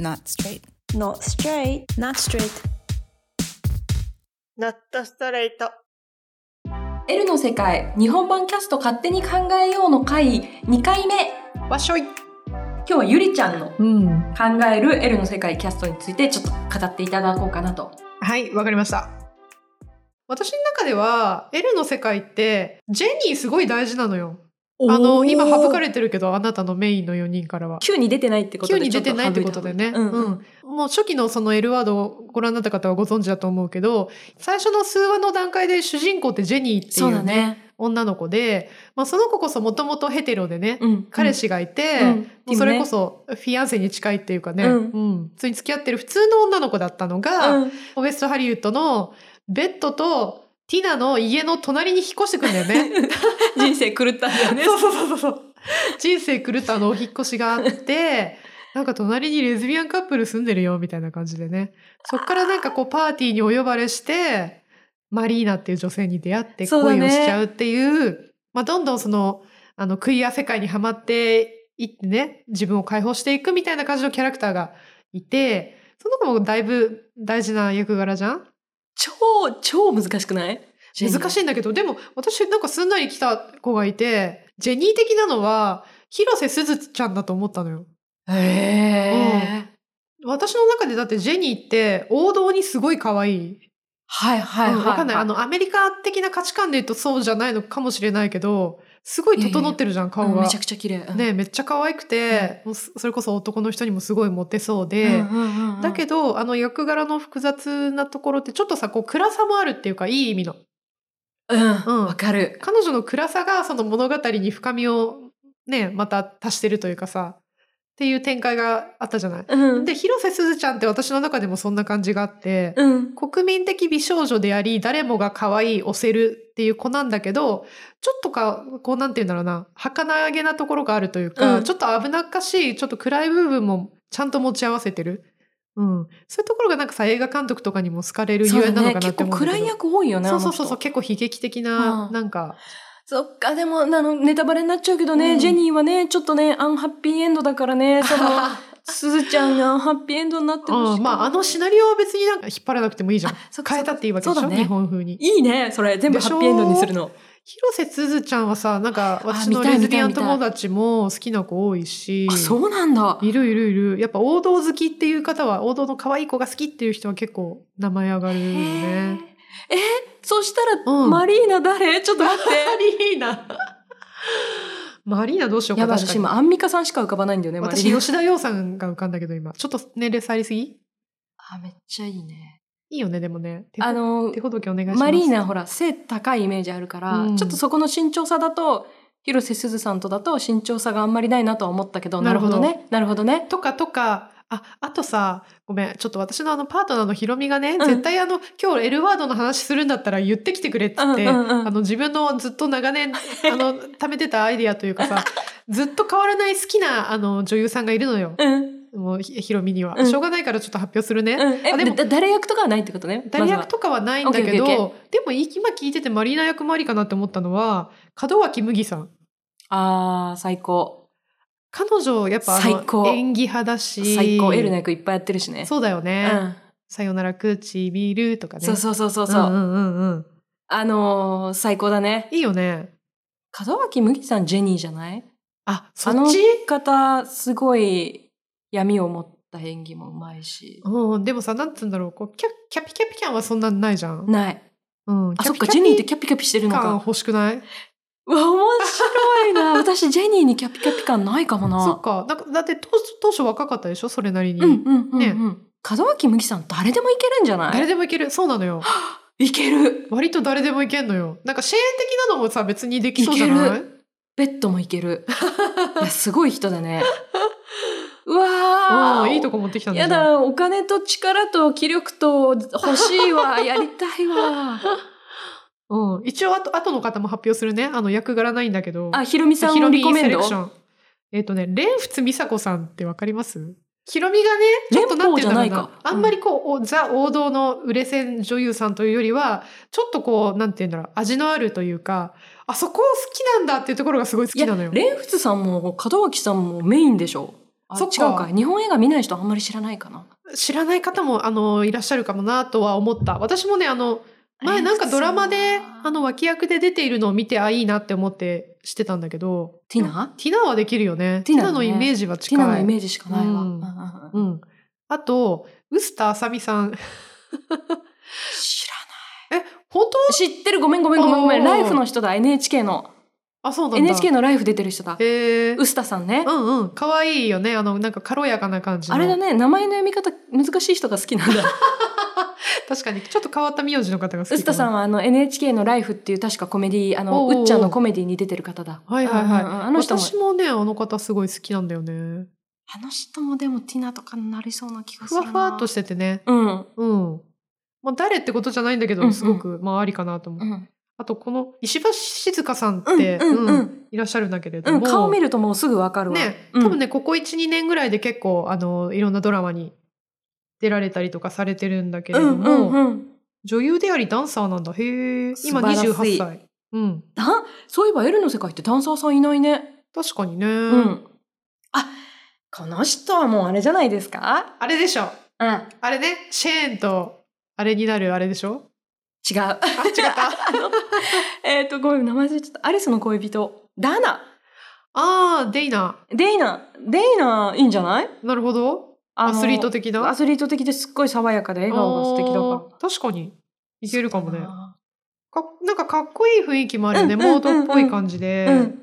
Not straight. Not straight. Not straight. ノットストレート。 L の世界日本版キャスト勝手に考えようの回2回目わっしょい今日はゆりちゃんの考うん。える L の世界キャストについてちょっと語っていただこうかなとはい、わかりました。私の中では、L の世界って、ジェニーすごい大事なのよ。あの、今省かれれてるけど、あなたのメインの4人からは。急に出てないってこと急でに出てないってことでね。ちょっと省いた方がいいうんうんもう初期のその L ワードをご覧になった方はご存知だと思うけど、最初の数話の段階で主人公ってジェニーっていそうう,、だね女の子で、まあ、その子こそもともとヘテロでね、うん彼氏がいて、うんもうそれこそフィアンセに近いっていうかね、うんうん普通に付き合ってる普通の女の子だったのが、うんウエストハリウッドのベッドとティナの家の隣に引っ越してくんだよね。人生狂ったんだよね そうそうそうそうそう。人生狂ったあのお引っ越しがあ って、なんか隣にレズビアンカップル住んでるよみたいな感じでね。そっからなんかこうパーティーにお呼ばれして、マリーナっていう女性に出会ってそうだね恋をしちゃうっていう、まあどんどんその、あの、クイア世界にはまっていってね、自分を解放していくみたいな感じのキャラクターがいて、その子もだいぶ大事な役柄じゃん超超難しくない難しいんだけど、でも私なんかすんなり来た子がいて、ジェニー的なのは、広瀬すずちゃんだと思ったのよ。へえ私の中でだってジェニーって王道にすごい可愛い。はいはいうんはいわかんない。あの、アメリカ的な価値観で言うとそうじゃないのかもしれないけど、すごい整ってるじゃん、うん顔がめち。ゃくちゃ綺麗ねめっちゃ可愛くて、もうそそれこそ男の人にもすごいモテそうで、だけどど、あの役柄の複雑なところってちょっとさ、こう暗さもあるっていうか、いい意味の。うんうんわかる彼女の暗さがその物語に深みをねまた足してるというかさっていう展開があったじゃない。うんで広瀬すずちゃんって私の中でもそんな感じがあって、うん国民的美少女であり誰もが可愛い推せるっていう子なんだけどちょっとかこうなんて言うんだろうな儚げなところがあるというか、うんちょっと危なっかしいちょっと暗い部分もちゃんと持ち合わせてる。うん、そういうところがなんかさ映画監督とかにも好かれるそうゆえだなのねかな結って構思うんだけど暗い役多いよねそうそうそあうその人う結構悲劇的な、うんなんかそっかでもあのネタバレになっちゃうけどね、うんジェニーはねちょっとねアンハッピーエンドだから ねそのすずちゃんがアンハッピーエンドになってほうしいん、まああのシナリオは別になんか引っ張らなくてもいいじゃんそっか変えたっていいわけでしそょ、うだね日本風にいいねそれ全部でハしょッピーエンドにするの広瀬すずちゃんはさなんかあ私見のたいレズビアン見たい見たい友達も好きな子多いしあそうなんだいるいるいるやっぱ王道好きっていう方は王道の可愛い子が好きっていう人は結構名前上がるよへえねえそしたら、うんマリーナ誰ちょっと待 ってマリーナマリーナどうしようやかばい確私かに今アンミカさんしか浮かばないんだよねマリ私ーナ吉田羊さんが浮かんだけど今ちょっと年齢差ありすぎあめっちゃいいねいいよねでもね手ほあの手ほどきお願いしますマリーナほら背高いイメージあるから、うんちょっとそこの身長差だと広瀬すずさんとだと身長差があんまりないなとは思ったけどななるほるほどどねなるほどねとかとか、あ、あとさ、ごめん、ちょっと私のあのパートナーのヒロミがね、ん絶対あの、今日 L ワードの話するんだったら言ってきてくれっつって、うんうんうんあの、自分のずっと 長年、あの、貯めてたアイディアというかさ、ずっと変わらない好きなあの女優さんがいるのよ。うんもうひヒロミには、うんしょうがないからちょっと発表するね。うん、えあでもだ誰役とかはないってことね誰役かとかはないんだけオッケーオど、でも今聞いててマリーナ役もありかなって思ったのは、門脇麦さん。あー最高彼女、やっぱあ最高の、演技派だし。最高 L の役いっぱいやってるしねそうだようね。んさよなら唇とかね。そうそうそうそうそう、うんうんうんうん。あのー最高だねいいよね。門脇麦さんジェニーじゃないあ、あそのっち方すごい闇を持った演技もうまいしうん、でもさ、なんつうんだろう、こう、キャキャピキャピキャンはそんなんないじゃん。ないうん。あキそャっピかキャピジェニーってキャピキャピしてるの感か欲しくないうわ面白い な私ジェニーにキャピキャピ感ないかもなそっか。なんか、だって当初当初若かったでしょそれなりに。うんうんうん、うんね門脇麦さん誰でもいけるんじゃない誰でもいける。そうなのよ。いける割と誰でもいけんのよ。なんか、支援的なのもさ、別にできそうじゃないいベッドもいけ るいやすごい人だねうわうーん、いいとこ持ってきたんやじゃんだお金と力と気力と欲しい わやりたいわうん。一応、あと、後の方も発表するね。あの、役柄ないんだけど。あひろみさんヒロのリミコメセンレドクション。えっ、とね、蓮仏美佐子さんってわかりますヒロミがね、ちょっとなんて言うんだろ蓮舫じゃなういなか。あんまりこう、おザ王道の売れ線女優さんというよりは、ちょっとこう、なんて言うんだろう、味のあるというか、あそこを好きなんだっていうところがすごい好いきやなのよ。蓮仏さんも門脇さんもメインでしょあそっ違うかか日本映画見ない人あんまり知らないかな知らない方もあのいらっしゃるかもなとは思った私もねあの前なんかドラマであの脇役で出ているのを見てあいいなって思ってしてたんだけどティナティナはできるよねティティナねナのイメージはテ近ィいナのイメージしかないわ、ううんうんんうんうん、あと臼田あさみさん知らない本当知ってるごめんごめんごめんごめんおーライフの人だ NHK のあそうなんだ NHK のライフ出てる人だえー、臼田さんね、うんうん可愛いよねあのなんか軽やかな感じのあれだね名前の読み方難しい人が好きなんだ確かにちょっと変わった名字の方が好きかな臼田さんはあの NHK の「ライフっていう確かコメディあのおうおううっちゃんのコメディに出てる方だはいはいはいうんうんうんあの人も私もねあの方すごい好きなんだよねあの人もでもティナとかになりそうな気がするふわなふわっとしててねうんうんまあ誰ってことじゃないんだけうんうどんすごくまあありかなと思う、うんあとこの石橋静香さんっうんて、うんううんんいらっしゃるんだけれどうも、ん顔見るともうすぐわかるわね、うん多分ねここ12年ぐらいで結構あのいろんなドラマに出られたりとかされてるんだけれうどんも、うんうん女優でありダンサーなんだへえ素今晴らしい28歳うんだそういえばエルの世界ってダンサーさんいないね確かにね、うんあこの人はもうあれじゃないですかあれでしょうん違う あれねシェーンとあれになるあれで しょあ違ったあのえっとごめん名前忘れちゃったアリスの恋人ダナあーデイナデイナデイナいいんじゃないなるほどあアのスリート的なアスリート的ですっごい爽やかで笑顔が素敵だかあー確かにいけるかもねらかなんかかっこいい雰囲気もあるよね、うんうんうんうんモードっぽい感じで、うん、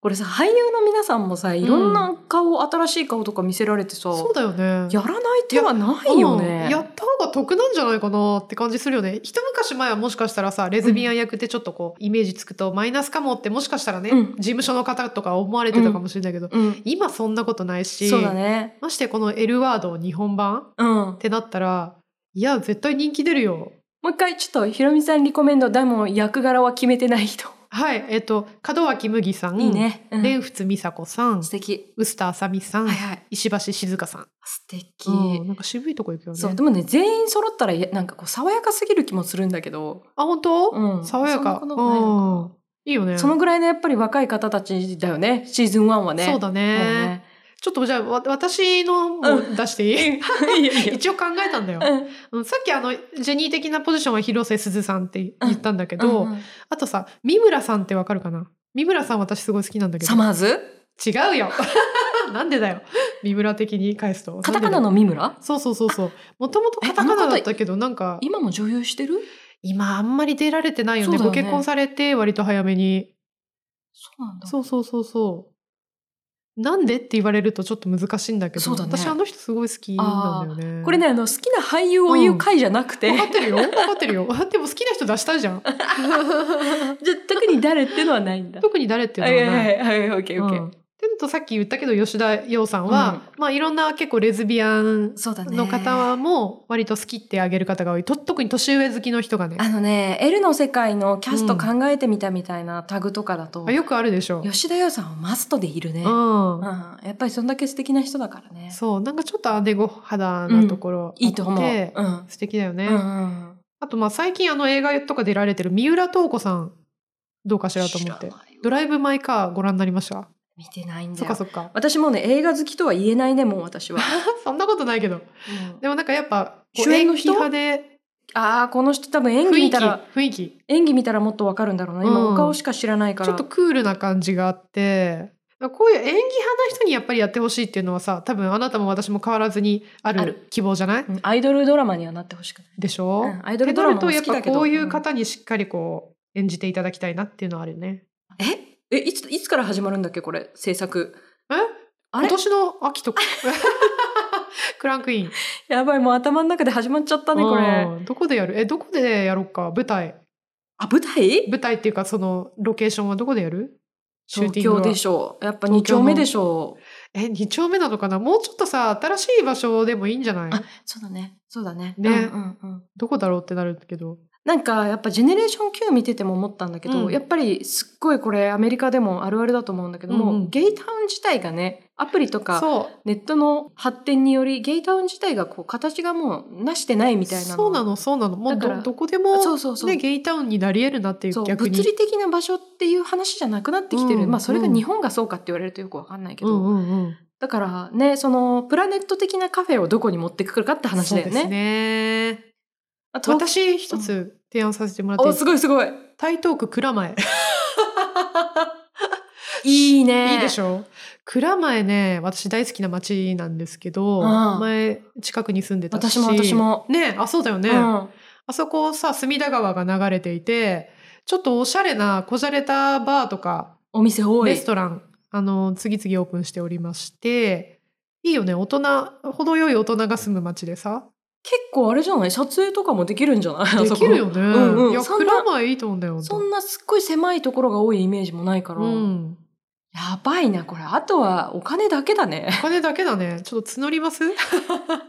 これさ俳優の皆さんもさいろんな顔、新しい顔とか見せられてさそうだよねやらない手はないよねうんやった方が得なんじゃないかなって感じするよね一昔前はもしかしたらさレズビアン役ってちょっとこうイメージつくとマイナスかもってもしかしたらね、うん事務所の方とか思われてたかもしれないけど、うん今そんなことないしそうだねましてこの L ワード日本版っうんもてなったらいや絶対人気出るよう一回ちょっとひろみさんリコメンドでも役柄は決めてない人、はいえっ、と門脇麦さんいいね、うん蓮仏美佐子さん素敵臼田あさみさん、はいはい石橋静香さん、素敵、うん、なんか渋いとこ行くよねそうでもね全員揃ったらいやなんかこう爽やかすぎる気もするんだけど、あ本当、うん、爽やかそんなことないのかいいよねなそのぐらいのやっぱり若い方たちだよねシーズン1はねそうだもうねねちょっとじゃあわ私のも出して いい、いやいや 一応考えたんだよ、うんうんさっきあのジェニー的なポジションは広瀬すずさんって言ったんだけど、うんうんあとさ三村さんってわかるかな三村さん私すごい好きなんだけどサマーズ違うよ なんでだよ三村的に返すとカタカナなんでの三だよ村そうそうそうそうもともとカタカナだったけどなんか今も女優してる今あんまり出られてないよそうねだよごね結婚されて割と早めにそうなんだそうそうそうそうなんでって言われるとちょっと難しいんだけどそうだね私あの人すごい好きなんだよねこれねあの好きな俳優を言う回 じゃなくて、分かってるよ分かってるよ でも好きな人出したいじゃんじゃ特に誰ってのはない んだ特に誰っていはいうのははないいはいオッケーオッケうんでもとさっき言ったけど吉田羊さんは、まあいろんな結構レズビアンーそうだねの方はもう割と好きってあげる方が多いと特に年上好きの人がねあのね「L の世界」のキャスト考えてみたみたいなタグとかだと、あよくあるでしょ吉田羊さんはマストでいるね、うんうんやっぱりそんだけ素敵な人だからねそうなんかちょっと姉御肌なところ、いいと思う、でうんうん素敵だよね、うん、あとまあ最近あの映画とか出られてる三浦透子さんどうかしらと思って知らないわドライブ・マイ・カーご覧になりました見てないんだそっかよそっか私もうね映画好きとは言えないねもう私は、そんなことないけどうんでもなんかやっぱこ主う演の演人技派でああこの人多分演雰技囲見気たら雰囲気演技見たらもっとわかるんだろうな今うんお顔しか知らないかちら、ょっとクールな感じがあってこういう演技派な人にやっぱりやってほしいっていうのはさ多分あなたも私も変わらずにああるる希望じゃないうんアイドルドラマにはなってほしくないでしょ、うんアイっドてルドなラるマも好とやっきだぱけどこういう方にしっかりこう演じていただきたいなっていうのはあるよね。うんええいついつから始まるんだっけこれ制作えあ今れ年の秋とか クランクイン。やばいもう頭の中で始まっちゃったねこれうんどこでやるえどこでやろうか舞台あ舞台舞台っていうかそのロケーションはどこでやるシュー東ティング京ではしょうやっぱ2東京丁の目でしょうえ2丁目なのかなもうちょっとさ新しい場所でもいいんじゃないあそうだねそうだねねうんうんうんどこだろうってなるけどなんかやっぱジェネレーション Q 見てても思ったんだけど、うんやっぱりすっごいこれアメリカでもあるあるだと思うんだけども、うんうんゲイタウン自体がねアプリとかそうネットの発展によりゲイタウン自体がこう形がもうなしてないみたいなそうなのそうなのもうだからどどこでもそうそうそうね、ゲイタウンになり得るなっていうそう逆に物理的な場所っていう話じゃなくなってきてる、うんまあそれがうん日本がそうかって言われるとよくわかんないけうど、んうんうんだからね、その、プラネット的なカフェをどこに持ってくるかって話だよそうですね。ね。あと私一つ提案させてもらっていいお、ですすかごいすごい。台東区蔵前。いいね。いいでしょ蔵前ね、私大好きな町なんですけど、うん前近くに住んでたし。私も私も。ねあ、そうだよね。うん。あそこさ、隅田川が流れていて、ちょっとおしゃれな、こじゃれたバーとか、お店多レいス。トラン、あの、次々オープンしておりまして、いいよね、大人、程よい大人が住む町でさ。結構あれじゃない撮影とかもできるんじゃないあでそこきるよね。んうんいや、そんな蔵前いいと思うんだよ。そんなすっごい狭いところが多いイメージもないから。うん。やばいな、これ。あとはお金だけだ ね。お金だけだね。ちょっと募ります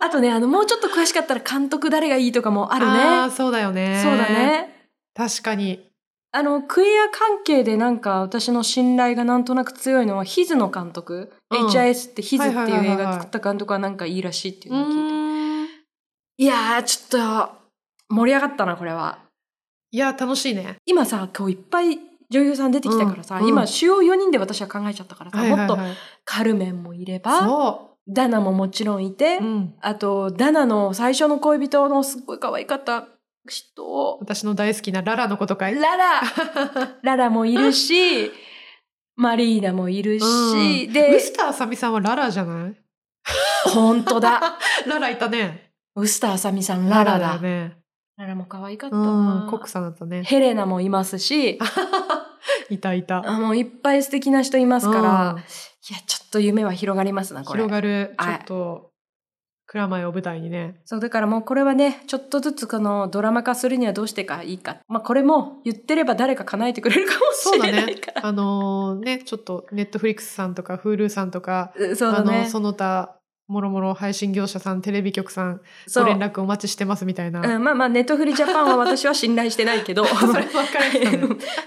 あとね、あの、もうちょっと詳しかったら監督誰がいいとかもあるあーね。そうだよね。そうだ。ね。確かに。あの、クエア関係でなんか私の信頼がなんとなく強いのは、ヒズの監督。うん HIS ってヒズってはいいはういは映いはい画作った監督はなんかいいらしいっていううのを聞いて。ーん。いやー、ちょっと、盛り上がったな、これは。いや、楽しいね。今さ、今日いっぱい女優さん出てきたからさ、うん今主要4人で私は考えちゃったからさ、はいはいもっはといカルメンもいれば、そダナももちろんいて、う。うん。あと、ダナの最初の恋人のすっごい可愛かった人、私の大好きなララのことかい。ラ ラララもいるし、マリーナもいるし、でウ、スターあさみさんはララじゃない本当 だ。ララいたね。ウスターあさみさん、ララだ。ララよね。も可愛かったうん。な。コックさんだったね。ヘレナもいます し、いたいた。あもういっぱい素敵な人いますから、ういんや、ちょっと夢は広がりますな、これ。広がる、ちょはいっと、蔵前を舞台に ね。そう、だからもうこれはね、ちょっとずつこのドラマ化するにはどうしてかいいか。まあこれも言ってれば誰か叶えてくれるかもしれないから。あのーね、ちょっと、ネットフリックスさんとか、Hulu さんとか、うんそうあだの、ね。その他、もろもろ配信業者さん、テレビ局さん、そごう連絡お待ちしてますみたいな。うん、まあまあ、ネットフリジャパンは私は信頼してないけど。 そ れ分かれてたね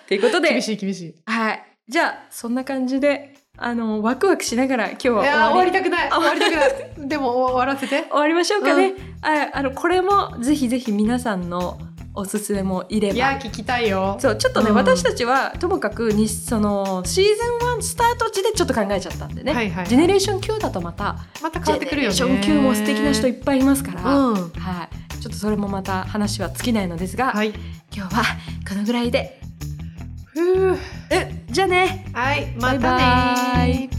ということ厳で、しい厳しい。はい。じゃあ、そんな感じで、あの、ワクワクしながら今日はいや終ー終わわりりたくない終わりたくないでも終わらせて終わりましょうかね。ああの、これもぜひぜひ皆さんのおすすめもいれいやば。ー聞きたいよそう、ちょっとね、うん私たちはともかくに、その、シーズン1スタート時でちょっと考えちゃったんでね。はいはいジェネレーション Q だとまた、また変わってくるよねジェネレーション Q も素敵な人いっぱいいますから、うんはい、ちょっとそれもまた話は尽きないのですが、はい今日はこのぐらいでふうじゃあねはいまたねーバイバイ